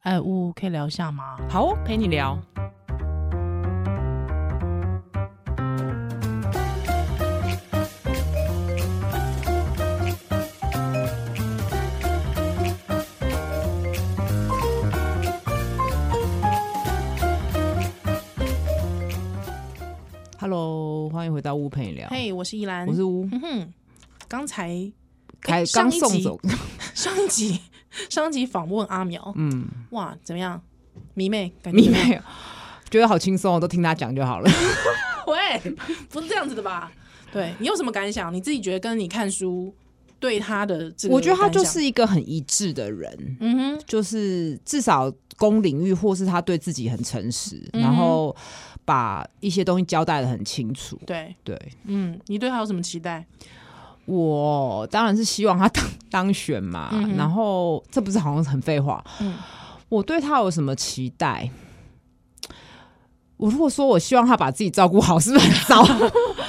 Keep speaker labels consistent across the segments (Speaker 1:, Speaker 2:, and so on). Speaker 1: 哎，呜，可以聊一下吗？
Speaker 2: 好哦，陪你聊。Hello，欢迎回到屋陪你聊。
Speaker 1: 嘿、我是依兰，
Speaker 2: 我是屋，
Speaker 1: 嗯哼，刚才
Speaker 2: 才
Speaker 1: 哎
Speaker 2: 刚
Speaker 1: 上一
Speaker 2: 送
Speaker 1: 集
Speaker 2: 走。
Speaker 1: 上一集上一集访问阿苗，
Speaker 2: 嗯，
Speaker 1: 哇，怎么样？迷妹，感觉
Speaker 2: 你
Speaker 1: 怎么样
Speaker 2: 没，有觉得好轻松哦，都听他讲就好了。
Speaker 1: 喂，不是这样子的吧？对你有什么感想？你自己觉得跟你看书对他的这个，
Speaker 2: 我觉得他就是，一个很一致的人，
Speaker 1: 嗯哼，
Speaker 2: 就是至少公领域或是他对自己很诚实，
Speaker 1: 嗯哼
Speaker 2: 然后把一些东西交代的很清楚。
Speaker 1: 对，
Speaker 2: 对
Speaker 1: 嗯，你对他有什么期待？
Speaker 2: 我当然是希望他当 当选嘛，
Speaker 1: 嗯哼
Speaker 2: 然后这不是好像很废话。
Speaker 1: 嗯
Speaker 2: 我对他有什么期待？我如果说我希望他把自己照顾好，是不是很 糟？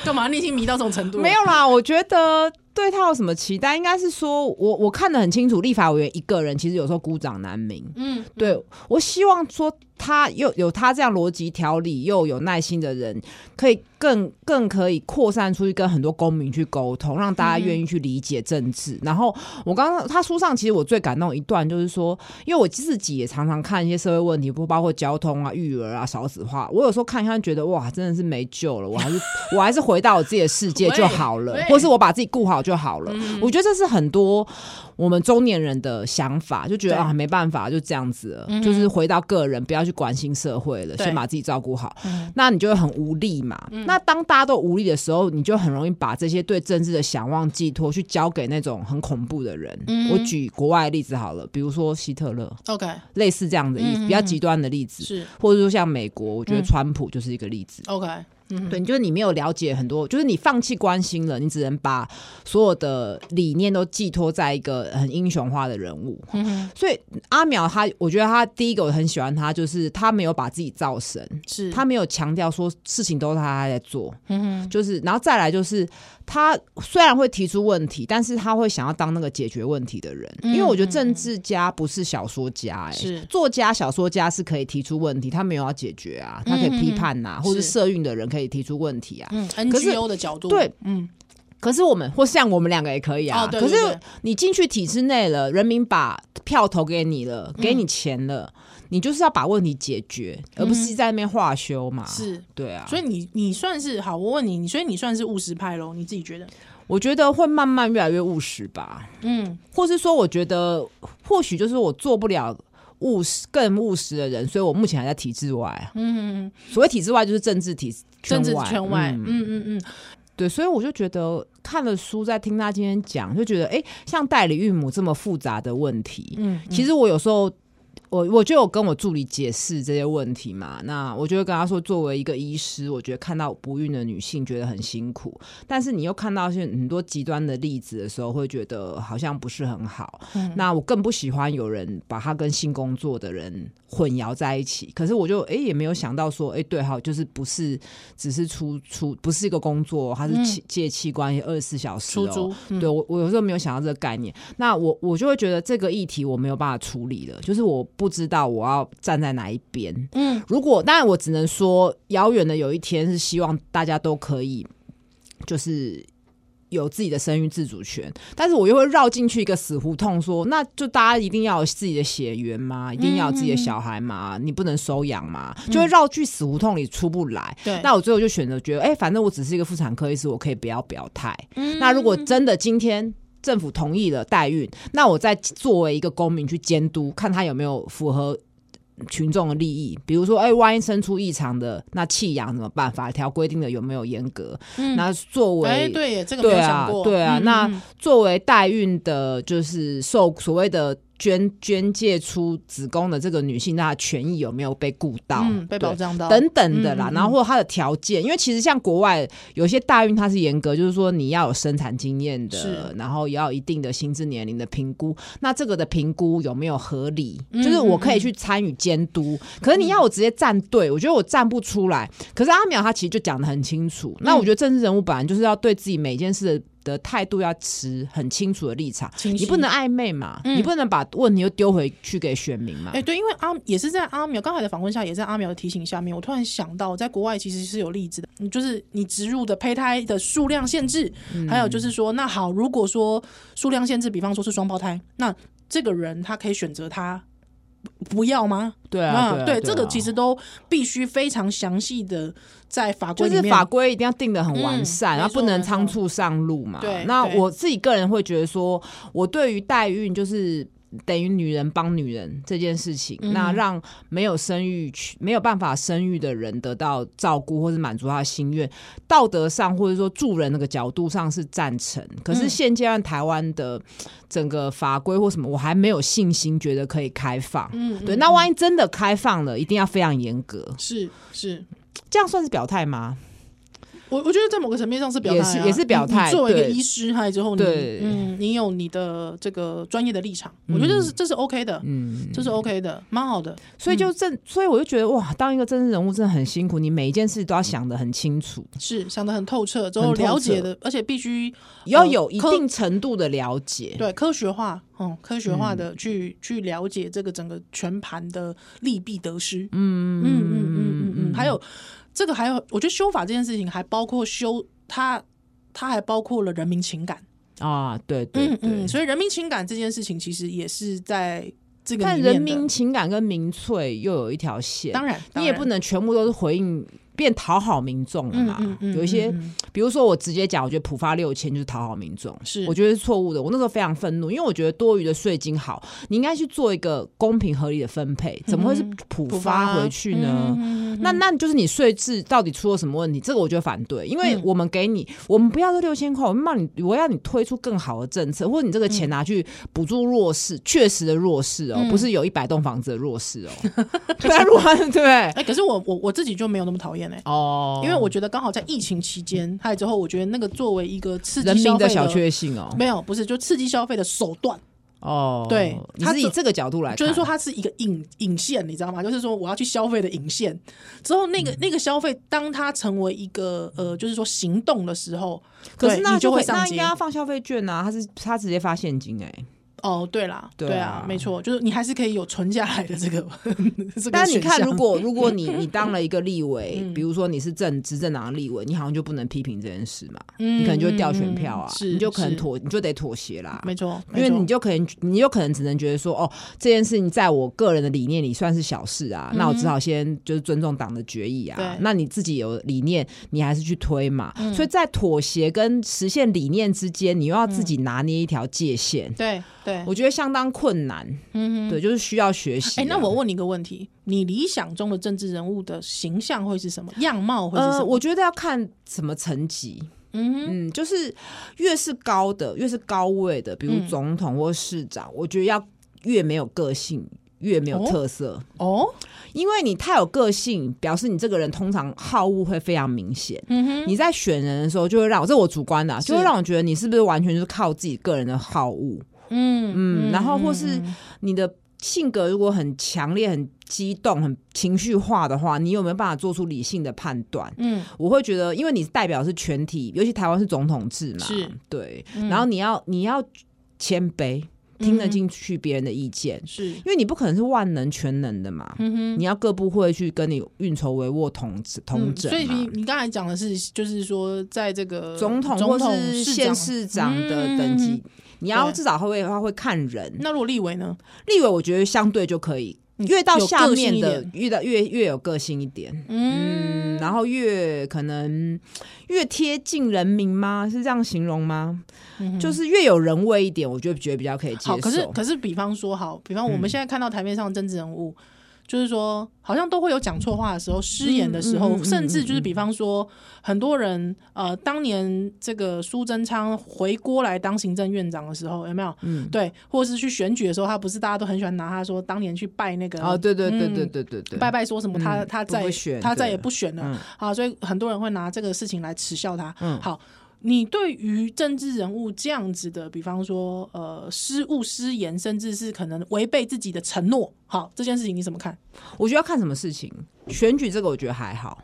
Speaker 1: 干嘛？你已经迷到这种程度？
Speaker 2: 没，有啦，我觉得对他有什么期待，应该是说我我看得很清楚，立法委员一个人其实有时候孤掌难鸣。
Speaker 1: 嗯，
Speaker 2: 对我希望说他又有他这样逻辑条理又有耐心的人，可以更更可以扩散出去跟很多公民去沟通，让大家愿意去理解政治。然后我刚刚他书上其实我最感动一段就是说，因为我自己也常常看一些社会问题，不包括交通啊、育儿啊、少子化，我有时候看一看觉得哇，真的是没救了，我还是我还是回到我自己的世界就好了
Speaker 1: 喂，
Speaker 2: 或是我把自己顾好就好了。我觉得这是很多我们中年人的想法，就觉得
Speaker 1: 对
Speaker 2: 啊没办法，就这样子了，
Speaker 1: 嗯哼
Speaker 2: 就是回到个人，不要去关心社会了，
Speaker 1: 对
Speaker 2: 先把自己照顾好。
Speaker 1: 嗯
Speaker 2: 那你就会很无力嘛。那当大家都无力的时候，你就很容易把这些对政治的想望寄托去交给那种很恐怖的人。
Speaker 1: 嗯
Speaker 2: 我举国外的例子好了，比如说希特勒，
Speaker 1: ，OK，
Speaker 2: 类似这样的
Speaker 1: 嗯嗯嗯
Speaker 2: 比较极端的例子，
Speaker 1: 是
Speaker 2: 或者说像美国，我觉得
Speaker 1: 嗯
Speaker 2: 川普就是一个例子。
Speaker 1: OK，嗯哼，
Speaker 2: 对，就是你没有了解很多，就是你放弃关心了，你只能把所有的理念都寄托在一个很英雄化的人物。
Speaker 1: 嗯哼，
Speaker 2: 所以阿苗他，我觉得他第一个我很喜欢他，就是他没有把自己造神，
Speaker 1: 是
Speaker 2: 他，没有强调说事情都是他在做，
Speaker 1: 嗯哼，
Speaker 2: 就是然后再来就是他虽然会提出问题，但是他会想要当那个解决问题的人，
Speaker 1: 嗯
Speaker 2: 因为我觉得政治家不是小说家、哎。
Speaker 1: 是
Speaker 2: 作家、小说家是可以提出问题，他没有要解决啊，他可以批判呐、或者是
Speaker 1: 嗯是
Speaker 2: 社运的人可以提出问题啊。
Speaker 1: 嗯
Speaker 2: 可是
Speaker 1: ，NGO 的角度，
Speaker 2: 对，
Speaker 1: 嗯，
Speaker 2: 可是我们或像我们两个也可以啊。
Speaker 1: 哦，对，
Speaker 2: 可
Speaker 1: 对
Speaker 2: 是你进去体制内了，人民把票投给你了，给
Speaker 1: 嗯
Speaker 2: 你钱了，你就是要把问题解决，而不是在那边化修嘛。
Speaker 1: 对，嗯是，
Speaker 2: 对啊。
Speaker 1: 所以你你算是好，我问你，你所以你算是务实派喽？你自己觉得？
Speaker 2: 我觉得会慢慢越来越务实吧，
Speaker 1: 嗯，
Speaker 2: 或是说，我觉得或许就是我做不了。务实更务实的人，所以我目前还在体制外。嗯，所谓体制外就是政治体
Speaker 1: 政治
Speaker 2: 外
Speaker 1: 圈外，
Speaker 2: 嗯
Speaker 1: 嗯嗯嗯，
Speaker 2: 对，所以我就觉得看了书，在听他今天讲，就觉得哎、诶像代理孕母这么复杂的问题，
Speaker 1: 嗯，
Speaker 2: 其实我有时候。我我就有跟我助理解释这些问题嘛，那我就会跟他说，作为一个医师，我觉得看到不孕的女性觉得很辛苦，但是你又看到一些很多极端的例子的时候，会觉得好像不是很好。
Speaker 1: 嗯
Speaker 2: 那我更不喜欢有人把他跟性工作的人混淆在一起。可是我就哎、诶也没有想到说，哎、对哈，就是不是只是出出不是一个工作，他是
Speaker 1: 嗯
Speaker 2: 器借器官二十四小时、哦、
Speaker 1: 出租，嗯
Speaker 2: 对我，我有时候没有想到这个概念，那我我就会觉得这个议题我没有办法处理了，就是我不知道我要站在哪一边。
Speaker 1: 嗯，
Speaker 2: 如果当然我只能说，遥远的有一天是希望大家都可以，就是。有自己的生育自主权，但是我又会绕进去一个死胡同说那就大家一定要有自己的血缘吗？一定要有自己的小孩吗？你不能收养吗？就会绕去死胡同里出不来。
Speaker 1: 对，
Speaker 2: 那我最后就选择觉得，哎、反正我只是一个妇产科医师，我可以不要表态。
Speaker 1: 嗯
Speaker 2: 那如果真的今天政府同意了代孕，那我再作为一个公民去监督，看他有没有符合。群众的利益，比如说，哎、万一生出异常的，那弃养怎么办？法条规定的有没有严格？
Speaker 1: 嗯
Speaker 2: 那、作为、
Speaker 1: 哎，对耶，这个没
Speaker 2: 对
Speaker 1: 有
Speaker 2: 啊
Speaker 1: 想过，
Speaker 2: 对
Speaker 1: 嗯
Speaker 2: 啊
Speaker 1: 嗯
Speaker 2: 那
Speaker 1: 嗯
Speaker 2: 作为代孕的，就是受所谓的捐捐借出子宫的这个女性，那她的权益有没有被顾到？
Speaker 1: 嗯被保
Speaker 2: 对
Speaker 1: 障到，
Speaker 2: 等等的啦，
Speaker 1: 嗯嗯嗯
Speaker 2: 然后或者它的条件，因为其实像国外有些大运它是严格，就是说你要有生产经验的
Speaker 1: 是，
Speaker 2: 然后也要有一定的心智年龄的评估。那这个的评估有没有合理？
Speaker 1: 嗯嗯
Speaker 2: 就是我可以去参与监督，可是你要我直接站队，我觉得我站不
Speaker 1: 嗯
Speaker 2: 出来。可是阿淼他其实就讲的很清楚，那我觉得政治人物本来就是要对自己每件事的的态度要持很清楚的立场，
Speaker 1: 清晰
Speaker 2: 你不能暧昧嘛，
Speaker 1: 嗯
Speaker 2: 你不能把问题又丢回去给选民嘛
Speaker 1: 哎、。对，因为阿也是在阿苗刚才的访问下，也在阿苗的提醒下面，我突然想到，在国外其实是有例子的，嗯就是你植入的胚胎的数量限制，还有就是说，那好，如果说数量限制，比方说是双胞胎，那这个人他可以选择他不不要吗？
Speaker 2: 对啊，对
Speaker 1: 嗯
Speaker 2: 啊
Speaker 1: 对
Speaker 2: 啊
Speaker 1: 这个其实都必须非常详细的在法
Speaker 2: 就
Speaker 1: 规里
Speaker 2: 是
Speaker 1: 面，
Speaker 2: 法规一定要定的很完
Speaker 1: 嗯
Speaker 2: 善，
Speaker 1: 没
Speaker 2: 然后不
Speaker 1: 错
Speaker 2: 能
Speaker 1: 没错
Speaker 2: 仓促上路嘛。
Speaker 1: 对
Speaker 2: 那
Speaker 1: 对
Speaker 2: 我自己个人会觉得说，我对于代孕就是。等于女人帮女人这件事情，
Speaker 1: 嗯
Speaker 2: 那让没有生育、没有办法生育的人得到照顾，或是满足他的心愿，道德上或者说助人那个角度上是赞成。可是
Speaker 1: 嗯
Speaker 2: 现阶段台湾的整个法规或什么，我还没有信心觉得可以开放。
Speaker 1: 嗯，嗯
Speaker 2: 对，那万一真的开放了，一定要非常严格，
Speaker 1: 是是，
Speaker 2: 这样算是表态吗？
Speaker 1: 我我觉得在某个层面上是表态、啊，
Speaker 2: 也是也是表
Speaker 1: 你你
Speaker 2: 态
Speaker 1: 作为一个
Speaker 2: 对
Speaker 1: 医师，还有之后你
Speaker 2: 对
Speaker 1: 嗯，你有你的这个专业的立场，我觉得这是这是 OK 的，
Speaker 2: 嗯，
Speaker 1: 这是 OK 的，蛮好的。
Speaker 2: 所以就正，所以我就觉得哇，当一个政治人物真的很辛苦，你每一件事都要想得很清楚，
Speaker 1: 是想得很透彻，之后
Speaker 2: 很透彻
Speaker 1: 了解的，而且必须
Speaker 2: 要有一
Speaker 1: 科
Speaker 2: 定程度的了解。
Speaker 1: 哦对科学化，嗯，科学化的去、去了解这个整个全盘的利弊得失，嗯嗯嗯嗯嗯嗯，还有这个还有，我觉得修法这件事情还包括修它，它还包括了人民情感，
Speaker 2: 啊，对对对。
Speaker 1: 嗯嗯，所以人民情感这件事情其实也是在这个
Speaker 2: 但
Speaker 1: 里面的
Speaker 2: 人民情感跟民粹又有一条线，
Speaker 1: 当然
Speaker 2: 你也不。能全部都是回应变讨好民众了
Speaker 1: 当然
Speaker 2: 嘛。
Speaker 1: 嗯嗯嗯，
Speaker 2: 有一些
Speaker 1: 嗯嗯
Speaker 2: 比如说我直接讲，我觉得普发六千就是讨好民众，
Speaker 1: 是
Speaker 2: 我觉得是错误的。我那时候非常愤怒，因为我觉得多余的税金好，你应该去做一个公平合理的分配，怎么会是
Speaker 1: 嗯
Speaker 2: 普
Speaker 1: 普
Speaker 2: 发
Speaker 1: 发
Speaker 2: 回去呢？
Speaker 1: 嗯嗯嗯嗯
Speaker 2: 那那就是你税制到底出了什么问题？这个我就反对，因为
Speaker 1: 嗯
Speaker 2: 我们给你，我们不要这六千块，我们让你，我要你推出更好的政策，或者你这个钱拿去补助弱势，确实的弱势哦，
Speaker 1: 嗯
Speaker 2: 不是有一百栋房子的弱势哦， 对啊，如果对不对？
Speaker 1: 哎、可是我我我自己就没有那么讨厌哎、
Speaker 2: 哦，
Speaker 1: 因为我觉得刚好在疫情期间，还有之后，我觉得那个作为一个刺
Speaker 2: 人
Speaker 1: 激
Speaker 2: 民
Speaker 1: 消费
Speaker 2: 的小确幸哦，
Speaker 1: 没有，不是就刺激消费的手段，
Speaker 2: 哦，
Speaker 1: 对
Speaker 2: 你
Speaker 1: 他
Speaker 2: 是以
Speaker 1: 就
Speaker 2: 这个角度来看，
Speaker 1: 就是说它是一个引引线，你知道吗？就是说我要去消费的引线之后，那
Speaker 2: 嗯
Speaker 1: 个、那个消费，当它成为一个呃，就是说行动的时候，
Speaker 2: 可是
Speaker 1: 对
Speaker 2: 那
Speaker 1: 你就
Speaker 2: 会
Speaker 1: 会上
Speaker 2: 那应
Speaker 1: 街
Speaker 2: 该。要放消费券啊，他是他直接发现金哎、
Speaker 1: 哦，对啦，
Speaker 2: 对
Speaker 1: 对
Speaker 2: 啊
Speaker 1: 啊，没错，就是你还是可以有存下来的这个 这个
Speaker 2: 但你
Speaker 1: 选
Speaker 2: 看，
Speaker 1: 项嗯
Speaker 2: 如果如果 你你当了一个立委，比如说你是政执政党的立委，你好像就不能批评这件事嘛，
Speaker 1: 嗯
Speaker 2: 你可能就会
Speaker 1: 嗯
Speaker 2: 掉选
Speaker 1: 嗯
Speaker 2: 票啊，
Speaker 1: 是
Speaker 2: 你就可能
Speaker 1: 是
Speaker 2: 妥，你就得妥协啦。
Speaker 1: 没错，
Speaker 2: 因
Speaker 1: 没
Speaker 2: 为
Speaker 1: 错
Speaker 2: 你就可能，你有可能只能觉得说，哦，这件事情在我个人的理念里算是小事啊，那我只好先就是尊重党的决议啊
Speaker 1: 嗯对。嗯
Speaker 2: 那你自己有理念，你还是去推嘛。所以在妥协跟实现理念之间，你又要
Speaker 1: 嗯
Speaker 2: 自己拿捏一条界限，
Speaker 1: 对对，
Speaker 2: 我觉得相当困难。
Speaker 1: 嗯哼。
Speaker 2: 对，就是需要学习啊、
Speaker 1: 哎、那我问你一个问题：你理想中的政治人物的形象会是什么？样貌会是什
Speaker 2: 呃，
Speaker 1: 么？
Speaker 2: 我觉得要看什么层级。
Speaker 1: 嗯哼，
Speaker 2: 嗯，就是越是高的，越是高位的，比如
Speaker 1: 嗯
Speaker 2: 总统或市长，我觉得要越没有个性，越没有
Speaker 1: 哦
Speaker 2: 特色，
Speaker 1: 哦，
Speaker 2: 因为你太有个性，表示你这个人通常好恶会非常明显。
Speaker 1: 嗯哼，
Speaker 2: 你在选人的时候，就会让我这我主观的啊、就会
Speaker 1: 是
Speaker 2: 让我觉得你是不是完全就是靠自己个人的好恶，
Speaker 1: 嗯
Speaker 2: 嗯，然后或是你的性格如果很强烈、很激动、很情绪化的话，你有没有办法做出理性的判断？
Speaker 1: 嗯
Speaker 2: 我会觉得，因为你代表是全体，尤其台湾是总统制嘛，
Speaker 1: 是嗯
Speaker 2: 对，然后你要你要谦卑，听得进去别人的意见，
Speaker 1: 是，
Speaker 2: 因为你不可能是万能全能的嘛，
Speaker 1: 嗯哼。
Speaker 2: 你要各部会去跟你运筹帷幄统统
Speaker 1: 嗯，
Speaker 2: 整
Speaker 1: 所以
Speaker 2: 嘛。
Speaker 1: 你你刚才讲的是，就是说，在这个
Speaker 2: 总统
Speaker 1: 总
Speaker 2: 或
Speaker 1: 统
Speaker 2: 是
Speaker 1: 市
Speaker 2: 县
Speaker 1: 长，
Speaker 2: 市长的
Speaker 1: 嗯
Speaker 2: 等级，你要
Speaker 1: 对
Speaker 2: 至少会会会看人，
Speaker 1: 那如果立委呢？
Speaker 2: 立委我觉得相对就可以，越到下面
Speaker 1: 有个
Speaker 2: 的
Speaker 1: 性一
Speaker 2: 越到越越有个性一点，
Speaker 1: 嗯，
Speaker 2: 嗯，然后越可能越贴近人民吗？是这样形容吗？就是越有人味一点，我就觉得比较可以接
Speaker 1: 嗯好，可是
Speaker 2: 受。嗯
Speaker 1: 可是，比方说，好，比方我们现在看到台面上的政治人物，就是说，好像都会有讲错话的时候、失言的时候，
Speaker 2: 嗯嗯嗯
Speaker 1: 甚至就是比方说，很多人呃，当年这个苏贞昌回锅来当行政院长的时候，有没有？
Speaker 2: 嗯
Speaker 1: 对，或者是去选举的时候，他不是大家都很喜欢拿他说当年去拜那个
Speaker 2: 哦，对对对
Speaker 1: 嗯
Speaker 2: 对对对对，
Speaker 1: 拜拜说什么他、
Speaker 2: 嗯
Speaker 1: 他
Speaker 2: 不
Speaker 1: 再
Speaker 2: 会选
Speaker 1: 他再
Speaker 2: 对
Speaker 1: 也不选了、
Speaker 2: 嗯
Speaker 1: 啊，所以很多人会拿这个事情来耻笑他。
Speaker 2: 嗯
Speaker 1: 好，你对于政治人物这样子的，比方说呃失误、失言，甚至是可能违背自己的承诺，好这件事情你怎么看？
Speaker 2: 我觉得要看什么事情，选举这个我觉得还好。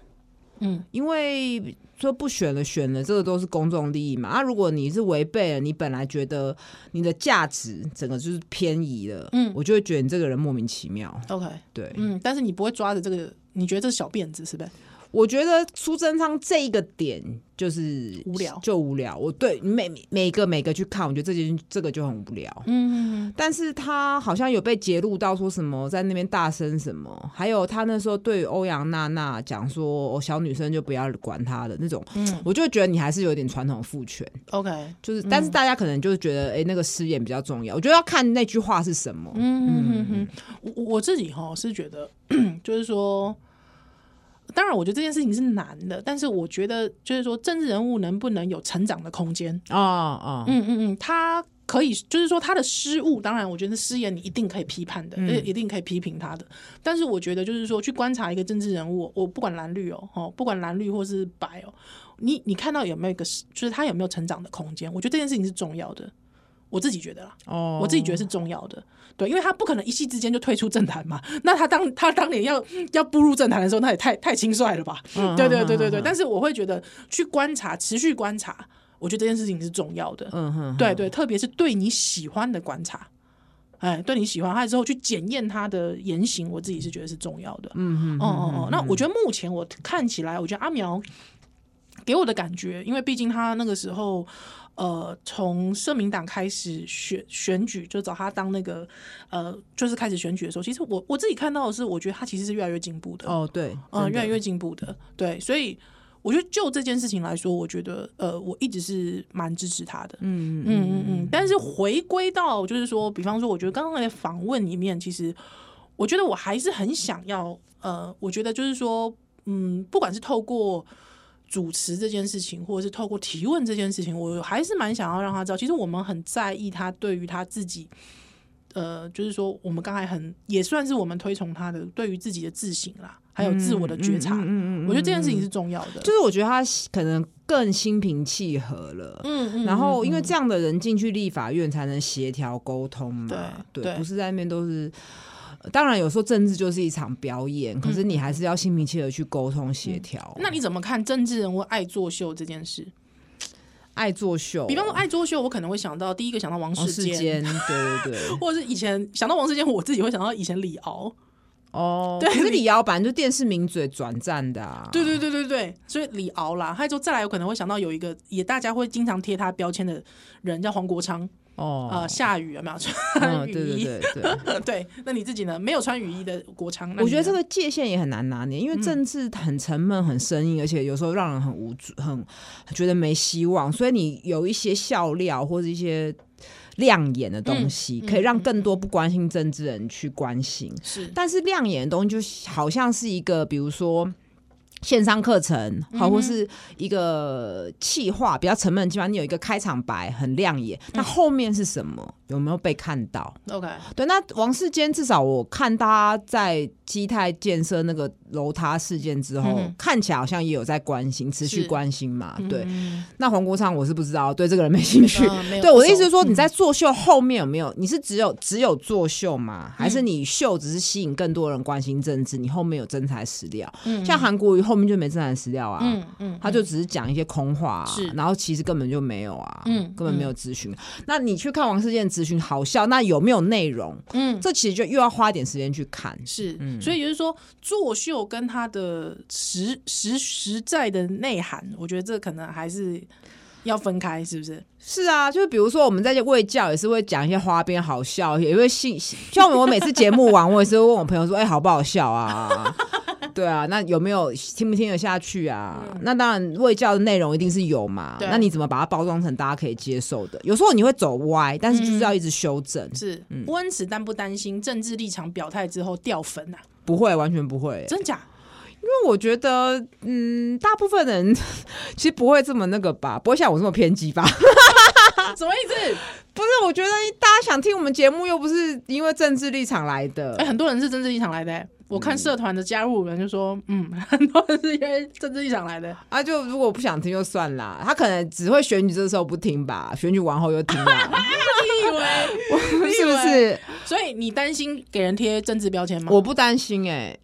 Speaker 1: 嗯，
Speaker 2: 因为说不选了，选了这个都是公众利益嘛。啊，如果你是违背了你本来觉得你的价值，整个就是偏移了，
Speaker 1: 嗯
Speaker 2: 我就会觉得你这个人莫名其妙。
Speaker 1: OK，
Speaker 2: 对，
Speaker 1: 嗯，但是你不会抓着这个，你觉得这是小辫子是呗？
Speaker 2: 我觉得苏贞昌这一个点就是
Speaker 1: 无聊
Speaker 2: 就无聊。我对每每个每个去看，我觉得这件这个就很无聊。
Speaker 1: 嗯嗯
Speaker 2: 但是他好像有被揭露到说什么在那边大声什么，还有他那时候对欧阳娜娜讲说、哦、小女生就不要管她的那种，
Speaker 1: 嗯
Speaker 2: 我就觉得你还是有点传统父权，
Speaker 1: ，OK，
Speaker 2: 就是但是大家可能就是觉得哎、诶那个失言比较重要，我觉得要看那句话是什么。
Speaker 1: 嗯嗯嗯，我我我自己哈是觉得， 就是说，当然我觉得这件事情是难的，但是我觉得就是说，政治人物能不能有成长的空间？
Speaker 2: 啊啊、
Speaker 1: 嗯嗯嗯，他可以，就是说他的失误，当然我觉得失言你一定可以批判
Speaker 2: 嗯
Speaker 1: 的，而且一定可以批评他的。但是我觉得就是说，去观察一个政治人物，我不管蓝绿哦，哦，不管蓝绿或是白哦，你你看到有没有一个失，就是他有没有成长的空间？我觉得这件事情是重要的，我自己觉得啦。
Speaker 2: 哦
Speaker 1: 我自己觉得是重要的，对，因为他不可能一夕之间就退出政坛嘛。 那他当他当年要要步入政坛的时候，那也太太轻率了吧？
Speaker 2: 嗯
Speaker 1: 对对对对
Speaker 2: 嗯
Speaker 1: 对。
Speaker 2: 嗯
Speaker 1: 但是我会觉得去观察，持续观察，我觉得这件事情是重要的。
Speaker 2: 嗯哼，
Speaker 1: 对对，特别是对你喜欢的观察，哎，对你喜欢他之后去检验他的言行，我自己是觉得是重要的。
Speaker 2: 嗯
Speaker 1: 哦哦哦，那我觉得目前我看起来，我觉得阿苗给我的感觉，因为毕竟他那个时候，呃，从社民党开始选选举，就找他当那个呃，就是开始选举的时候，其实我我自己看到的是，我觉得他其实是越来越进步的，
Speaker 2: 哦对，
Speaker 1: 嗯、
Speaker 2: 真的
Speaker 1: 越来越进步的，对，所以我觉得就这件事情来说，我觉得呃，我一直是蛮支持他的，
Speaker 2: 嗯嗯
Speaker 1: 嗯嗯嗯，但是回归到就是说，比方说，我觉得刚刚的访问里面，其实我觉得我还是很想要，呃，我觉得就是说，嗯，不管是透过主持这件事情，或者是透过提问这件事情，我还是蛮想要让他知道，其实我们很在意他对于他自己。呃，就是说，我们刚才很也算是我们推崇他的对于自己的自省啦，还有自我的觉察，
Speaker 2: 嗯嗯嗯嗯嗯
Speaker 1: 我觉得这件事情是重要的。
Speaker 2: 就是我觉得他可能更心平气和了。
Speaker 1: 嗯嗯
Speaker 2: 然后，因为
Speaker 1: 嗯
Speaker 2: 这样的人进去立法院才能协调沟通嘛，
Speaker 1: 对
Speaker 2: 对，
Speaker 1: 对
Speaker 2: 不是在那边都是。呃当然，有时候政治就是一场表演，可是
Speaker 1: 嗯
Speaker 2: 你还是要心平气和去沟通协调。
Speaker 1: 那你怎么看政治人物爱作秀这件事？
Speaker 2: 爱作秀，
Speaker 1: 比方说爱作秀，我可能会想到第一个想到王
Speaker 2: 哦王世
Speaker 1: 世坚，
Speaker 2: 坚，对对对，
Speaker 1: 或者是以前想到王世坚，我自己会想到以前李敖。
Speaker 2: 哦，
Speaker 1: 对
Speaker 2: 可是李敖本来就电视名嘴转战的、啊，
Speaker 1: 对对对对对，所以李敖啦，还有就再来，我可能会想到有一个也大家会经常贴他标签的人叫黄国昌，
Speaker 2: 哦，
Speaker 1: 呃，下雨有没有
Speaker 2: 嗯，
Speaker 1: 穿
Speaker 2: 对
Speaker 1: 雨
Speaker 2: 对
Speaker 1: 衣？
Speaker 2: 对对，
Speaker 1: 对那你自己呢？没有穿雨衣的国昌，那你呢嗯
Speaker 2: 我觉得这个界限也很难拿捏，因为政治很沉闷、很生硬，而且有时候让人很无助、很觉得没希望。所以你有一些笑料或者一些亮眼的东西，
Speaker 1: 嗯嗯
Speaker 2: 可以让更多不关心政治人去关心。
Speaker 1: 是
Speaker 2: 但是亮眼的东西，就好像是一个，比如说。线上课程，好，
Speaker 1: 嗯哼
Speaker 2: 或是一个气话比较沉闷，基本上你有一个开场白很亮眼，
Speaker 1: 嗯
Speaker 2: 那后面是什么？有没有被看到？
Speaker 1: OK，
Speaker 2: 对，那王世坚至少我看他在基泰建设那个楼塌事件之后，
Speaker 1: 嗯
Speaker 2: 看起来好像也有在关心，持续
Speaker 1: 是
Speaker 2: 关心嘛。对，
Speaker 1: 嗯
Speaker 2: 那黄国昌我是不知道，对这个人没兴趣。
Speaker 1: 呃没有
Speaker 2: 对我的意思是
Speaker 1: 手
Speaker 2: 说，你在作秀后面有没有？你是只有只有作秀吗？还
Speaker 1: 嗯
Speaker 2: 是你秀只是吸引更多人关心政治？你后面有真材实料？
Speaker 1: 嗯
Speaker 2: 像韩国瑜后面就没真材实料啊。
Speaker 1: 嗯嗯，
Speaker 2: 他就只是讲一些空话、啊
Speaker 1: 是，
Speaker 2: 然后其实根本就没有啊，
Speaker 1: 嗯
Speaker 2: 根本没有咨询。那你去看王世坚咨询好笑，那有没有内容？
Speaker 1: 嗯
Speaker 2: 这其实就又要花一点时间去看。
Speaker 1: 是，所以也就是说，作秀跟他的实实实在的内涵，我觉得这可能还是要分开，是不是？
Speaker 2: 是啊，就是比如说我们在卫教也是会讲一些花边好笑，也会信。像我每次节目完，我也是会问我朋友说：“哎、好不好笑啊？” 对啊，那有没有听不听得下去啊？那当然，卫教的内容一定是有嘛。
Speaker 1: 对
Speaker 2: 那你怎么把它包装成大家可以接受的？有时候你会走歪，但是就是要一直修正。
Speaker 1: 是，温慈担不担心政治立场表态之后掉粉啊？
Speaker 2: 不会，完全不会、
Speaker 1: 真假？
Speaker 2: 因为我觉得，嗯，大部分人 其实不会这么那个吧，不会像我这么偏激吧。
Speaker 1: 什么意思？
Speaker 2: 不是，我觉得大家想听我们节目，又不是因为政治立场来的。
Speaker 1: 哎、很多人是政治立场来的、欸。我看社团的加入人就说，嗯， 很多人是因为政治立场来的。
Speaker 2: 啊，就如果不想听就算啦，他可能只会选举这时候不听吧，选举完后又听啦，
Speaker 1: 你以为？
Speaker 2: 是不是？
Speaker 1: 所以你担心给人贴政治标签吗？
Speaker 2: 我不担心哎、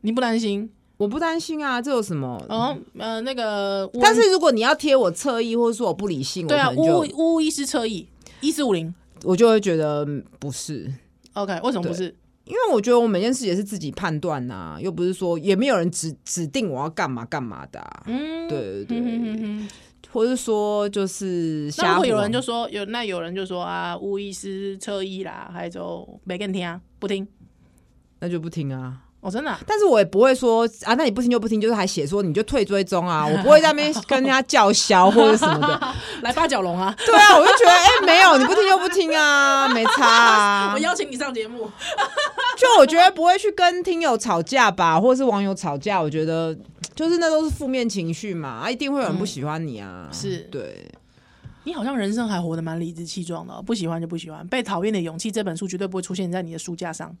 Speaker 1: 你不担心？
Speaker 2: 我不担心啊，这有什么？
Speaker 1: 哦，呃，那个，
Speaker 2: 但是如果你要贴我侧翼，或者说我不理性，
Speaker 1: 对啊，
Speaker 2: 我可
Speaker 1: 乌
Speaker 2: 能就
Speaker 1: 乌医师侧翼一四五零
Speaker 2: 我就会觉得嗯不是。
Speaker 1: ，OK，为什么不是？
Speaker 2: 因为我觉得我每件事也是自己判断呐、又不是说也没有人指指定我要干嘛干嘛的、啊，
Speaker 1: 嗯，
Speaker 2: 对对对，
Speaker 1: 嗯哼哼哼。
Speaker 2: 或是说就是
Speaker 1: 那
Speaker 2: 瞎
Speaker 1: 如
Speaker 2: 胡
Speaker 1: 果
Speaker 2: 啊，
Speaker 1: 有人就说有，那有人就说啊，乌医师侧翼啦，还有没跟听啊，不听。
Speaker 2: 那就不听啊。
Speaker 1: 哦，真的啊、
Speaker 2: 但是我也不会说啊，那你不听就不听，就是还写说你就退追踪 啊，我不会在那边跟人家叫嚣或者什么的。
Speaker 1: 来八角笼啊！
Speaker 2: 对啊，我就觉得哎、没有，你不听就不听 啊，没差啊
Speaker 1: 我。邀请你上节目，
Speaker 2: 就我觉得不会去跟听友吵架吧，或者是网友吵架，我觉得就是那都是负面情绪嘛，啊，一定会有人不喜欢你啊。
Speaker 1: 嗯是
Speaker 2: 对，
Speaker 1: 你好像人生还活得蛮理直气壮的哦、不喜欢就不喜欢。被讨厌的勇气这本书绝对不会出现在你的书架上。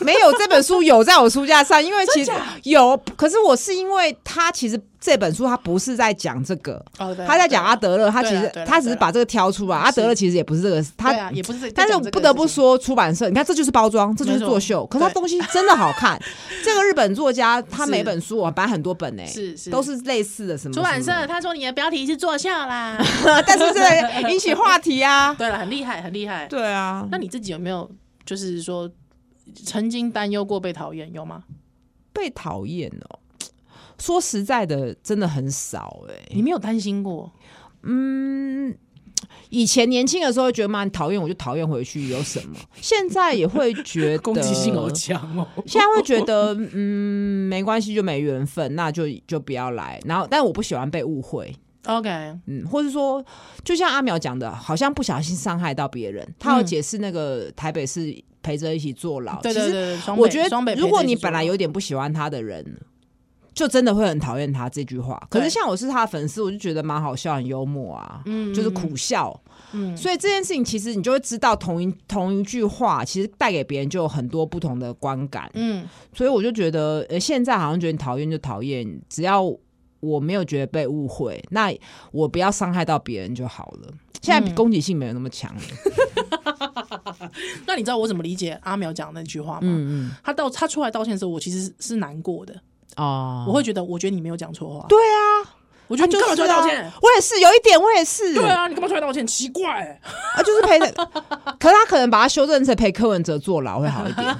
Speaker 2: 没有这本书有在我书架上，因为其实有，可是我是因为他其实这本书他不是在讲这个，
Speaker 1: 哦，对啊
Speaker 2: 他在讲阿德勒，他其
Speaker 1: 对啦
Speaker 2: 实
Speaker 1: 对啦
Speaker 2: 他只
Speaker 1: 对
Speaker 2: 是
Speaker 1: 啦
Speaker 2: 把这个挑出来，阿德勒其实也不是这个，
Speaker 1: 对啊，
Speaker 2: 他。
Speaker 1: 也不是在。
Speaker 2: 但是我
Speaker 1: 在讲这个
Speaker 2: 不得不
Speaker 1: 事情，
Speaker 2: 说，出版社，你看这就是包装，这就是
Speaker 1: 没错
Speaker 2: 作秀。可是他
Speaker 1: 对
Speaker 2: 东西真的好 看。这个日本作家，他
Speaker 1: 是
Speaker 2: 每本书我买很多本呢，欸
Speaker 1: 是是
Speaker 2: 都是类似的什么
Speaker 1: 出版
Speaker 2: 什么
Speaker 1: 社他说你的标题是作效啦。
Speaker 2: 的，但是这个引起话题啊。
Speaker 1: 对了，很厉害，很厉害。
Speaker 2: 对啊，
Speaker 1: 那你自己有没有就是说曾经担忧过被讨厌？有吗？
Speaker 2: 被讨厌哦。说实在的，真的很少哎、
Speaker 1: 你没有担心过？
Speaker 2: 嗯，以前年轻的时候会觉得嘛，你讨厌我就讨厌回去，有什么？现在也会觉 得
Speaker 1: 强哦。
Speaker 2: 现在会觉得，嗯，没关系，就没缘分，那就就不要来。然后，但我不喜欢被误会，
Speaker 1: OK，
Speaker 2: 嗯，或是说，就像阿苗讲的，好像不小心伤害到别人，他要
Speaker 1: 嗯
Speaker 2: 解释那个台北市陪着一起坐牢。
Speaker 1: 对
Speaker 2: 其
Speaker 1: 对
Speaker 2: 实
Speaker 1: 对，双北
Speaker 2: 我觉
Speaker 1: 双北陪
Speaker 2: 得，如果
Speaker 1: 着一
Speaker 2: 你
Speaker 1: 起嗯做
Speaker 2: 本来有点不喜欢他的人，就真的会很讨厌他这句话。可
Speaker 1: 对
Speaker 2: 是像我是他的粉丝，我就觉得蛮好笑，很幽默啊，
Speaker 1: 嗯
Speaker 2: 就是苦笑。
Speaker 1: 嗯
Speaker 2: 所以这件事情其实你就会知道，同一同一句话，其实带给别人就有很多不同的观感。
Speaker 1: 嗯
Speaker 2: 所以我就觉得，呃，现在好像觉得你讨厌就讨厌，只要我没有觉得被误会，那我不要伤害到别人就好了。现在
Speaker 1: 嗯
Speaker 2: 攻击性没有那么强了，
Speaker 1: 那你知道我怎么理解阿苗讲的那句话吗？
Speaker 2: 嗯嗯，
Speaker 1: 他道他出来道歉的时候，我其实是是难过的，
Speaker 2: 哦，
Speaker 1: 我会觉得，我觉得你没有讲错话，
Speaker 2: 对啊，
Speaker 1: 我觉得你
Speaker 2: 就
Speaker 1: 干嘛出来
Speaker 2: 是啊
Speaker 1: 道歉？
Speaker 2: 我也是有一点，我也是，
Speaker 1: 对啊，你干嘛出来道歉？奇怪、欸，
Speaker 2: 啊，就是陪的， 可是他可能把他修正成陪柯文哲坐牢会好一 点，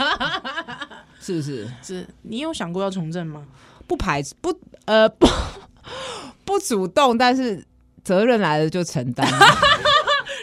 Speaker 2: 是不是？
Speaker 1: 是你有想过要从政吗？
Speaker 2: 不排斥不呃不不主动，但是责任来了就承 担。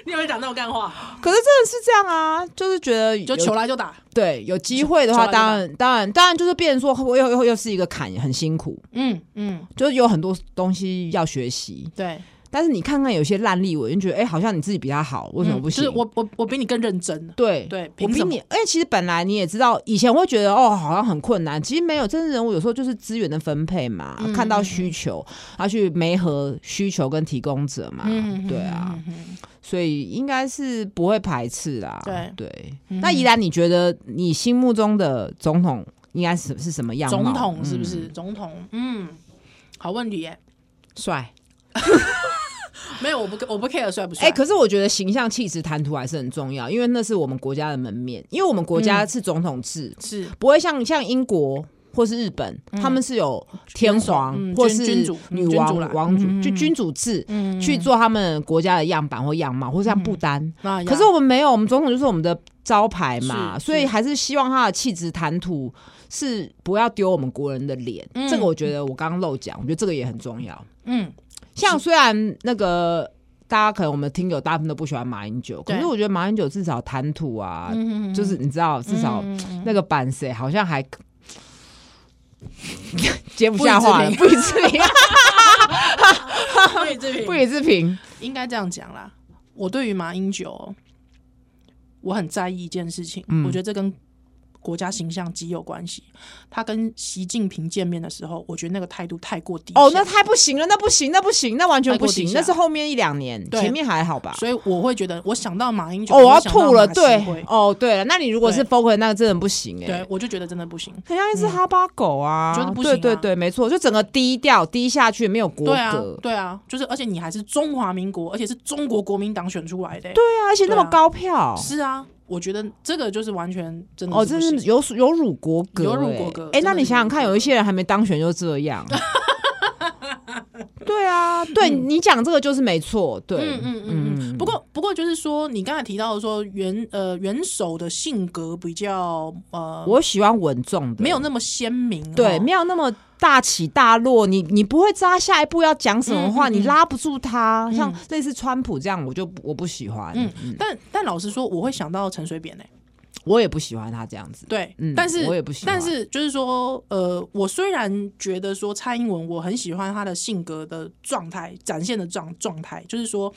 Speaker 1: 你有没有讲那种干话？
Speaker 2: 可是真的是这样啊，就是觉得有
Speaker 1: 就求来就打，
Speaker 2: 对有机会的话，
Speaker 1: 求来就
Speaker 2: 当然当然当然就是变成说又又又是一个坎，很辛苦，
Speaker 1: 嗯嗯，
Speaker 2: 就是有很多东西要学习。
Speaker 1: 对，
Speaker 2: 但是你看看有些烂例文，你就觉得哎、好像你自己比他好，为什么
Speaker 1: 嗯
Speaker 2: 不行？
Speaker 1: 就是我我我比你更认真，
Speaker 2: 对
Speaker 1: 对
Speaker 2: 我
Speaker 1: 凭
Speaker 2: 比
Speaker 1: 什么
Speaker 2: 你，而且其实本来你也知道，以前我会觉得哦，好像很困难，其实没有，真人物有时候就是资源的分配嘛，
Speaker 1: 嗯
Speaker 2: 看到
Speaker 1: 嗯
Speaker 2: 需求，要去媒合需求跟提供者嘛，
Speaker 1: 嗯，
Speaker 2: 对啊，
Speaker 1: 嗯，嗯嗯
Speaker 2: 所以应该是不会排斥啦，
Speaker 1: 对
Speaker 2: 对。
Speaker 1: 嗯
Speaker 2: 那宜兰，你觉得你心目中的总统应该是是什么样貌？
Speaker 1: 总统是不
Speaker 2: 嗯
Speaker 1: 是？总统，嗯，好问题耶，
Speaker 2: 帅？
Speaker 1: 没有，我不我不 care 帅不帅，
Speaker 2: 哎、可是我觉得形象、气质、谈吐还是很重要，因为那是我们国家的门面，因为我们国
Speaker 1: 嗯
Speaker 2: 家是总统制，
Speaker 1: 是
Speaker 2: 不会像像英国或是日本，他们是有天皇
Speaker 1: 嗯
Speaker 2: 或
Speaker 1: 君
Speaker 2: 是
Speaker 1: 君主
Speaker 2: 女
Speaker 1: 嗯君
Speaker 2: 王
Speaker 1: 主啦、
Speaker 2: 王主，
Speaker 1: 嗯
Speaker 2: 就君主制去做他们国家的样板或样貌，或是像
Speaker 1: 嗯
Speaker 2: 不丹。
Speaker 1: 那哎呀
Speaker 2: 可是我们没有，我们总统就是我们的招牌嘛，
Speaker 1: 是
Speaker 2: 所以还是希望他的气质谈吐是不要丢我们国人的脸。
Speaker 1: 嗯
Speaker 2: 这个我觉得我刚刚漏讲，我觉得这个也很重要。
Speaker 1: 嗯，
Speaker 2: 像虽然那个。大家可能我们听友大部分都不喜欢马英九，可
Speaker 1: 对
Speaker 2: 是我觉得马英九至少谈吐啊，
Speaker 1: 嗯嗯
Speaker 2: 就是你知道，至少
Speaker 1: 嗯嗯嗯
Speaker 2: 那个版谁好像还 接不下话了，不
Speaker 1: 不
Speaker 2: 予置评，
Speaker 1: 对这边
Speaker 2: 不予置评。
Speaker 1: 应该这样讲啦。我对于马英九，我很在意一件事情，
Speaker 2: 嗯
Speaker 1: 我觉得这跟国家形象极有关系。他跟习近平见面的时候，我觉得那个态度太过低
Speaker 2: 哦，
Speaker 1: 下
Speaker 2: 那太不行了，那不行，那不行，那完全不
Speaker 1: 太
Speaker 2: 行
Speaker 1: 过，低下
Speaker 2: 那是后面一两年，
Speaker 1: 对
Speaker 2: 前面还好吧？
Speaker 1: 所以我会觉得，我想到马英九，
Speaker 2: 哦，我要
Speaker 1: 想到
Speaker 2: 吐了，
Speaker 1: 马习
Speaker 2: 对
Speaker 1: 会，
Speaker 2: 哦，对了，那你如果是
Speaker 1: 对
Speaker 2: focus 那个真的不行嗯哎、
Speaker 1: 对，我就觉得真的不行。
Speaker 2: 很像一只哈巴狗啊，
Speaker 1: 就是不行啊
Speaker 2: 对对对，没错，就整个低调低下去，没有国
Speaker 1: 对啊
Speaker 2: 格，，
Speaker 1: 对啊，就是而且你还是中华民国，而且是中国国民党选出来的、
Speaker 2: 对啊，而且那么
Speaker 1: 对啊
Speaker 2: 高票，
Speaker 1: 是啊，我觉得这个就是完全真的
Speaker 2: 哦，
Speaker 1: 是
Speaker 2: 这
Speaker 1: 不
Speaker 2: 是
Speaker 1: 行
Speaker 2: 有有辱国格、欸，
Speaker 1: 有辱国格
Speaker 2: 哎、
Speaker 1: 真的
Speaker 2: 那你
Speaker 1: 是
Speaker 2: 想
Speaker 1: 有辱
Speaker 2: 想看，
Speaker 1: 国
Speaker 2: 有一
Speaker 1: 格
Speaker 2: 些人还没当选就这 样。对啊，对、你讲这个就是没错，对，
Speaker 1: 嗯嗯嗯嗯。不过不过就是说，你刚才提到说元呃元首的性格比较呃
Speaker 2: 我喜欢稳重的，
Speaker 1: 没有那么鲜明，
Speaker 2: 对，
Speaker 1: 哦
Speaker 2: 没有那么大起大落，你你不会知道他下一步要讲什么话，
Speaker 1: 嗯嗯
Speaker 2: 你拉不住他。
Speaker 1: 嗯
Speaker 2: 像类似川普这样，我就不我不喜欢，
Speaker 1: 嗯，但但老实说，我会想到陈水扁呢、
Speaker 2: 我也不喜欢他这样子。
Speaker 1: 对，
Speaker 2: 嗯
Speaker 1: 但是
Speaker 2: 我也不喜欢
Speaker 1: 但是就是说，呃，我虽然觉得说蔡英文，我很喜欢她的性格的状态，展现的状状态，就是说，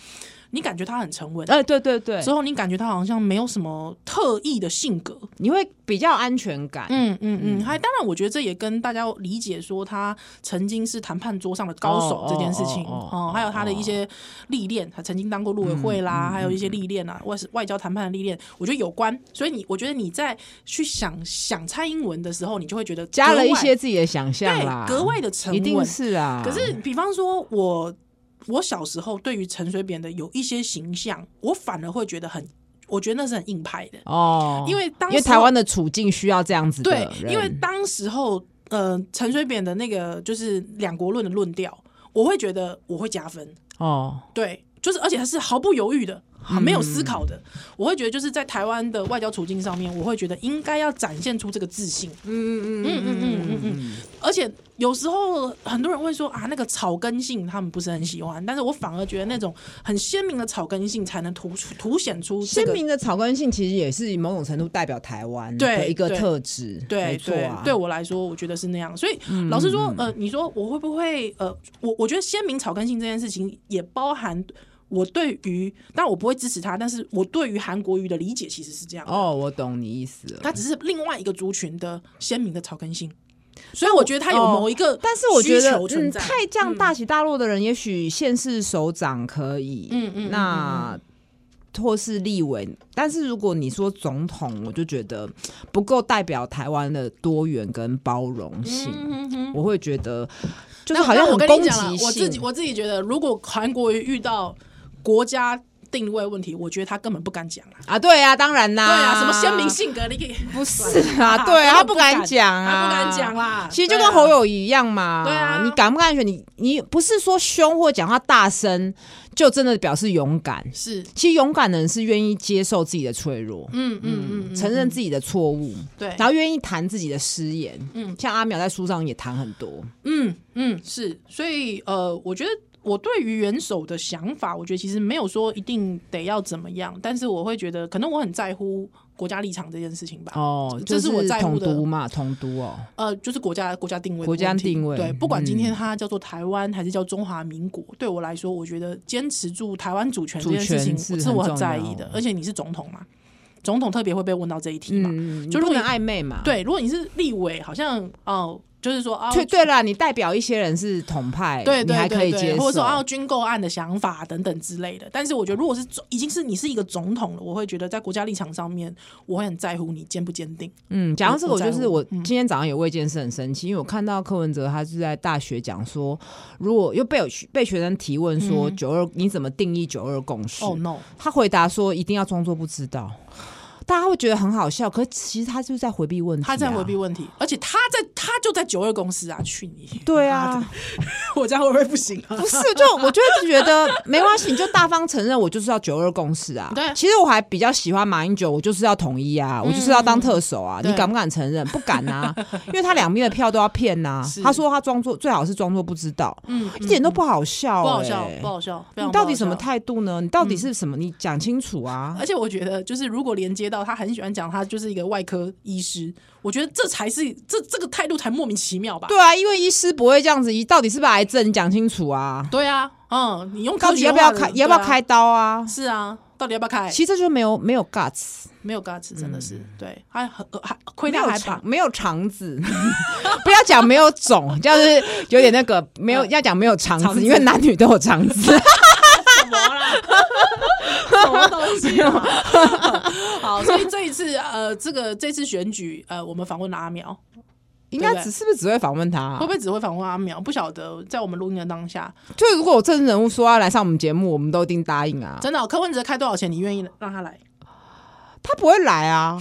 Speaker 1: 你感觉她很沉稳，
Speaker 2: 哎、对对对
Speaker 1: 之，后你感觉她好像没有什么特异的性格，
Speaker 2: 你会比较有安全感。
Speaker 1: 嗯嗯嗯，还当然，我觉得这也跟大家理解说他曾经是谈判桌上的高手
Speaker 2: 哦
Speaker 1: 这件事情
Speaker 2: 哦
Speaker 1: 哦
Speaker 2: 哦哦嗯
Speaker 1: 还有他的一些历练，他曾经当过陆委会啦，还有一些历练啊，外事外交谈判的历练，我觉得有关。所以你，我觉得你在去想想蔡英文的时候，你就会觉得
Speaker 2: 加
Speaker 1: 格
Speaker 2: 了一
Speaker 1: 外
Speaker 2: 些自己的想象啦，
Speaker 1: 对格外的沉
Speaker 2: 一定
Speaker 1: 稳。
Speaker 2: 是啊。
Speaker 1: 可是，比方说我我小时候对于陈水扁的有一些形象，我反而会觉得很，我觉得那是很硬派的，
Speaker 2: 哦，
Speaker 1: 因为当
Speaker 2: 因为
Speaker 1: 时
Speaker 2: 台
Speaker 1: 候
Speaker 2: 湾的处境需要这样子的
Speaker 1: 对，
Speaker 2: 人
Speaker 1: 因为当时候呃，陈水扁的那个就是两国论的论调，我会觉得我会加分，
Speaker 2: 哦，
Speaker 1: 对，就是而且他是毫不犹豫的。
Speaker 2: 嗯
Speaker 1: 没有思考的，我会觉得就是在台湾的外交处境上面，我会觉得应该要展现出这个自信。嗯
Speaker 2: 嗯
Speaker 1: 嗯嗯嗯嗯。而且有时候很多人会说啊，那个草根性他们不是很喜欢，但是我反而觉得那种很鲜明的草根性才能突出凸显出这
Speaker 2: 鲜
Speaker 1: 个
Speaker 2: 明的草根性其实也是某种程度代表台湾
Speaker 1: 对
Speaker 2: 的一个
Speaker 1: 对
Speaker 2: 特质，
Speaker 1: 对
Speaker 2: 没错
Speaker 1: 对
Speaker 2: 啊，，嗯
Speaker 1: 对我来说，我觉得是那样。所以老实说，呃，你说我会不会呃，我我觉得鲜明草根性这件事情也包含我对于，当然我不会支持他，但是我对于韩国瑜的理解其实是这样，
Speaker 2: 哦，我懂你意思了。
Speaker 1: 他只是另外一个族群的鲜明的草根性，所以我觉得他有某一个，
Speaker 2: 哦但是我觉得，嗯，
Speaker 1: 存在。
Speaker 2: 太这样大起大落的人，也许县市首长可以，
Speaker 1: 嗯嗯嗯
Speaker 2: 那或是立委。但是如果你说总统，我就觉得不够代表台湾的多元跟包容性，
Speaker 1: 嗯哼
Speaker 2: 我会觉得就是
Speaker 1: 那
Speaker 2: 好像
Speaker 1: 那
Speaker 2: 很
Speaker 1: 我跟
Speaker 2: 攻
Speaker 1: 你
Speaker 2: 击
Speaker 1: 讲
Speaker 2: 性
Speaker 1: 了，。我自己我自己觉得，如果韩国瑜遇到国家定位问题，我觉得他根本不敢讲啊。
Speaker 2: 啊，对啊，当然啦，
Speaker 1: 对啊，什么鲜明性格，你可以。
Speaker 2: 不是 啊，对啊，他
Speaker 1: 他
Speaker 2: 不
Speaker 1: 不
Speaker 2: 敢
Speaker 1: 敢
Speaker 2: 讲
Speaker 1: 他
Speaker 2: 啊，
Speaker 1: 不敢讲。啦。
Speaker 2: 其实就
Speaker 1: 对啊
Speaker 2: 跟侯友谊一样嘛，
Speaker 1: 对啊
Speaker 2: 你敢不敢选？你你不是说凶或讲话大声，就真的表示勇敢。
Speaker 1: 是，
Speaker 2: 其实勇敢的人是愿意接受自己的脆弱，
Speaker 1: 嗯嗯嗯，嗯
Speaker 2: 承认自己的错误，
Speaker 1: 对，
Speaker 2: 然后愿意谈自己的失言。嗯
Speaker 1: 嗯，
Speaker 2: 像阿淼在书上也谈很多。
Speaker 1: 嗯嗯是，所以呃，我觉得我对于元首的想法，我觉得其实没有说一定得要怎么样，但是我会觉得，可能我很在乎国家立场这件事情吧。
Speaker 2: 哦，
Speaker 1: 嗯这是我在乎
Speaker 2: 统
Speaker 1: 的
Speaker 2: 独嘛，统独哦，
Speaker 1: 呃，就是国家国家定位的
Speaker 2: 国家
Speaker 1: 问题
Speaker 2: 定位
Speaker 1: 对，不管今
Speaker 2: 嗯
Speaker 1: 天它叫做台湾还是叫中华民国，对我来说，我觉得坚持住台湾主权这件事
Speaker 2: 主
Speaker 1: 情
Speaker 2: 权是
Speaker 1: 我
Speaker 2: 很
Speaker 1: 我很
Speaker 2: 重
Speaker 1: 在
Speaker 2: 要
Speaker 1: 意的，而且你是总统嘛，总统特别会被问到这一题嘛，
Speaker 2: 嗯，
Speaker 1: 就
Speaker 2: 你
Speaker 1: 如果
Speaker 2: 不能暧昧嘛。，
Speaker 1: 对，如果你是立委，好像哦、就是说啊，
Speaker 2: 对对了，你代表一些人是统派，
Speaker 1: 对
Speaker 2: 你还
Speaker 1: 对
Speaker 2: 可
Speaker 1: 对
Speaker 2: 以接
Speaker 1: 对，
Speaker 2: 受，
Speaker 1: 或者说啊军购案的想法啊等等之类的。但是我觉得，如果是总已经是你是一个总统了，我会觉得在国家立场上面，我会很在乎你坚不坚定。
Speaker 2: 嗯，讲到
Speaker 1: 我
Speaker 2: 这个，我
Speaker 1: 我在
Speaker 2: 就是
Speaker 1: 乎嗯
Speaker 2: 我今天早上也为一件事很生气，因为我看到柯文哲他是在大学讲说，如果又被有被学生提问说
Speaker 1: 嗯
Speaker 2: 九二、你怎么定义九二共识？
Speaker 1: 哦、no，
Speaker 2: 他回答说一定要装作不知道，大家会觉得很好笑，可是其实他就是在回避问题、啊
Speaker 1: 他在回避。问题，而且他在他就在九二公司啊，去你！
Speaker 2: 对
Speaker 1: 妈
Speaker 2: 啊，
Speaker 1: 的，我这样会不会不行啊？
Speaker 2: 不是，就我就会觉得没关系，你就大方承认，我就是要九二共识啊。
Speaker 1: 对嗯
Speaker 2: 其实我还比较喜欢马英九，我就是要统一啊，我就是要当特首啊。
Speaker 1: 对
Speaker 2: 你敢不敢承认？不敢 啊，因为他两边的票都要骗呐、
Speaker 1: 是
Speaker 2: 他说他装作最好是装作不知道，
Speaker 1: 嗯，
Speaker 2: 一点都不好笑、欸，
Speaker 1: 不好笑，不好笑，非常
Speaker 2: 你
Speaker 1: 不好
Speaker 2: 到底什么
Speaker 1: 笑？嗯
Speaker 2: 态度呢？你到底是什么？你讲清楚啊！
Speaker 1: 而且我觉得，就是如果连接到他很喜欢讲他就是一个外科医师，我觉得这才是这这个态度才莫名其妙吧？
Speaker 2: 对啊，因为医师不会这样子，到底是不是癌症？你讲清楚啊！
Speaker 1: 对啊，嗯，你用
Speaker 2: 到
Speaker 1: 科
Speaker 2: 底
Speaker 1: 学
Speaker 2: 要不要
Speaker 1: 化的
Speaker 2: 开？要不要？
Speaker 1: 对啊
Speaker 2: 开刀啊？
Speaker 1: 是啊，到底要不要开？
Speaker 2: 其实这就没有没有 guts。
Speaker 1: 没有 guts 真的
Speaker 2: 嗯
Speaker 1: 是、对，还很呃还
Speaker 2: 没
Speaker 1: 亏掉
Speaker 2: 有
Speaker 1: 还
Speaker 2: 肠
Speaker 1: 把，
Speaker 2: 没有肠子， 不要讲没有种，就是有点那个没有要讲没有肠
Speaker 1: 嗯肠
Speaker 2: 子，
Speaker 1: 子
Speaker 2: 因为男女都有肠子。
Speaker 1: 什么啦？ 什么东西啊？ 好，所以这一次呃，这个这次选举呃，我们访问了阿苗，
Speaker 2: 应该
Speaker 1: 对不对
Speaker 2: 只是不是只会访问他啊、
Speaker 1: 会不会只会访问阿苗？不晓得，在我们录音的当下，
Speaker 2: 就如果有政治人物说要来上我们节目，我们都一定答应啊。
Speaker 1: 真的哦、柯文哲开多少钱，你愿意让他来？
Speaker 2: 他不会来啊，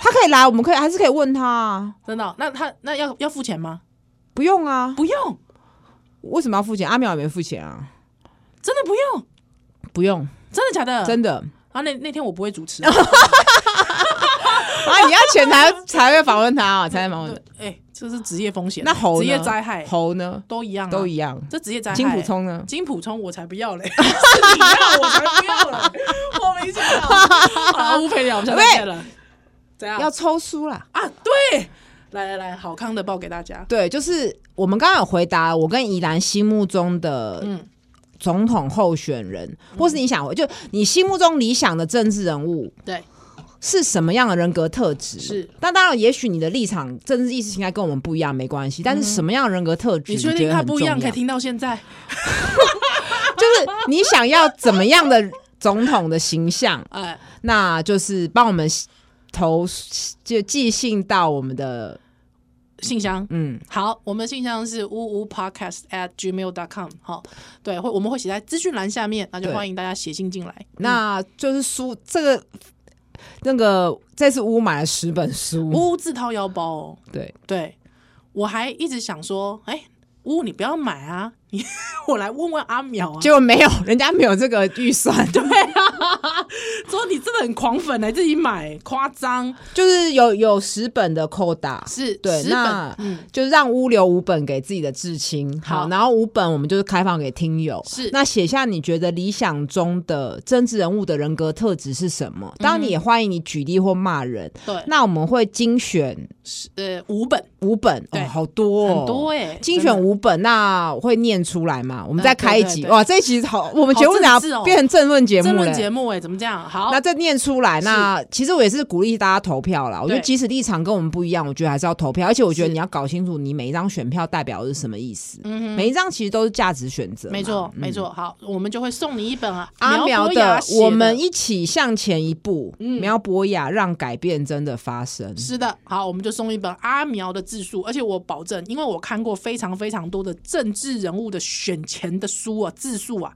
Speaker 2: 他可以来，我们可以还是可以问他啊，
Speaker 1: 真的哦、那他那要要付钱吗？
Speaker 2: 不用啊，
Speaker 1: 不用，
Speaker 2: 为什么要付钱？阿苗也没付钱啊，
Speaker 1: 真的不用，
Speaker 2: 不用，
Speaker 1: 真的假的？
Speaker 2: 真的。
Speaker 1: 啊，那那天我不会主持，
Speaker 2: 啊，你要钱才才会访问他啊，才能 访问他。
Speaker 1: 哎，这是职业风险，
Speaker 2: 那猴呢
Speaker 1: 职业灾害
Speaker 2: 猴呢，
Speaker 1: 都一样、啊，
Speaker 2: 都一样。
Speaker 1: 这职业灾害。
Speaker 2: 金普，聪呢？
Speaker 1: 金普聪我才不要嘞， 是你要我才不要 了，莫名其妙。好，吴培聊，我们下次再见了。怎样？
Speaker 2: 要抽书啦。
Speaker 1: 啊，对，来来来，好康的报给大家。
Speaker 2: 对，就是我们刚刚有回答我跟宜兰心目中的
Speaker 1: 嗯
Speaker 2: 总统候选人，或是你想就你心目中理想的政治人物
Speaker 1: 对，
Speaker 2: 是什么样的人格特质？
Speaker 1: 是，
Speaker 2: 但当然，也许你的立场、政治意识形态跟我们不一样，没关系。但是什么样的人格特质，
Speaker 1: 嗯你确
Speaker 2: 觉
Speaker 1: 定
Speaker 2: 得
Speaker 1: 他
Speaker 2: 很
Speaker 1: 不一样
Speaker 2: 重
Speaker 1: 可以
Speaker 2: 要
Speaker 1: 听到现在？
Speaker 2: 就是你想要怎么样的总统的形象？
Speaker 1: 哎，
Speaker 2: 那就是帮我们投就寄信到我们的
Speaker 1: 信箱。
Speaker 2: 嗯，
Speaker 1: 好，我们信箱是呜呜 podcast at gmail dot com 好，对，会我们会写在资讯栏下面，那就
Speaker 2: 对
Speaker 1: 欢迎大家写信进来。
Speaker 2: 那就是书这个那个这次乌买了十本书，
Speaker 1: 呜呜自掏腰包哦，
Speaker 2: 对，
Speaker 1: 对我还一直想说，哎、呜，你不要买啊，你 我来问问阿淼啊，
Speaker 2: 结果没有，人家没有这个预 算，对，
Speaker 1: 啊说你真的很狂粉来欸自己买，夸张
Speaker 2: 就是有有十本的扣打。
Speaker 1: 是
Speaker 2: 对
Speaker 1: 十
Speaker 2: 那
Speaker 1: 本，嗯，
Speaker 2: 就是让屋留五本给自己的至亲，
Speaker 1: 好
Speaker 2: 好，然后五本我们就是开放给听友，
Speaker 1: 是
Speaker 2: 那写下你觉得理想中的政治人物的人格特质是什么？当然，你也欢迎你举例或骂人。
Speaker 1: 对，
Speaker 2: 那我们会精选
Speaker 1: 呃，五本
Speaker 2: 五本，
Speaker 1: 对
Speaker 2: 哦，好多、哦，
Speaker 1: 很多哎、
Speaker 2: 精
Speaker 1: 真
Speaker 2: 选
Speaker 1: 的
Speaker 2: 五本，那我会念出来嘛？我们再
Speaker 1: 嗯对
Speaker 2: 开一
Speaker 1: 对
Speaker 2: 集，
Speaker 1: 对
Speaker 2: 哇，这一集好，我们节目哪
Speaker 1: 政治哦
Speaker 2: 变成政论节目
Speaker 1: 争
Speaker 2: 了
Speaker 1: 论？节目哎、怎么这样？好
Speaker 2: 那，再念出来，
Speaker 1: 是
Speaker 2: 那其实我也是鼓励大家投票啦。我觉得
Speaker 1: 对
Speaker 2: 即使立场跟我们不一样，我觉得还是要投票，而且我觉得
Speaker 1: 是
Speaker 2: 你要搞清楚你每一张选票代表的是什么意思。
Speaker 1: 嗯哼。
Speaker 2: 每一张其实都是价值选择嘛，
Speaker 1: 没错，
Speaker 2: 嗯
Speaker 1: 没。错。好，我们就会送你一本啊，
Speaker 2: 阿苗
Speaker 1: 苗博
Speaker 2: 的
Speaker 1: 雅
Speaker 2: 《
Speaker 1: 写
Speaker 2: 我们一起向前一步》，
Speaker 1: 嗯
Speaker 2: 苗博雅让改变真的发生。
Speaker 1: 是的，好，我们就送一本阿苗的自述，而且我保证，因为我看过非常非常多的政治人物的选前的书啊，自述啊，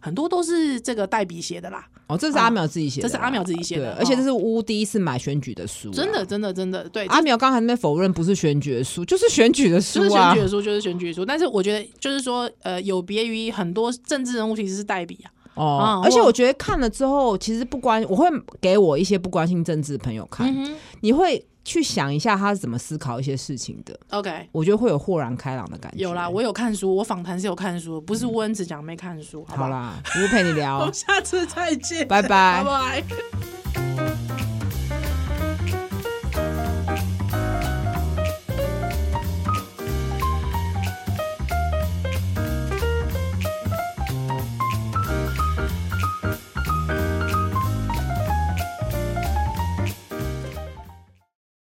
Speaker 1: 很多都是这个代笔写的啦，
Speaker 2: 哦，这是阿苗自己写的
Speaker 1: 啊这
Speaker 2: 啦，
Speaker 1: 是阿苗自己写
Speaker 2: 对
Speaker 1: 的，，
Speaker 2: 而且这
Speaker 1: 哦
Speaker 2: 是乌第一次买选举的书啊，
Speaker 1: 真的，真的，真的，对，
Speaker 2: 阿苗刚才那边否认不是选举的书，就是选举的书
Speaker 1: 就是选
Speaker 2: 啊
Speaker 1: 举。的书，就是选举的书，但是我觉得就是说，呃，有别于很多政治人物其实是代笔啊，
Speaker 2: 哦
Speaker 1: 啊，
Speaker 2: 而且
Speaker 1: 我
Speaker 2: 我觉得看了之后，其实不关，我会给我一些不关心政治的朋友看，
Speaker 1: 嗯哼
Speaker 2: 你会去想一下他是怎么思考一些事情的，
Speaker 1: ，OK。
Speaker 2: 我觉得会有豁然开朗的感觉。
Speaker 1: 有啦，我有看书，我访谈是有看书，不是
Speaker 2: 嗯
Speaker 1: 温子讲没看书，好不
Speaker 2: 好，啦，我陪 你
Speaker 1: 我
Speaker 2: 聊
Speaker 1: 们，下次再见，
Speaker 2: 拜拜
Speaker 1: 拜。拜。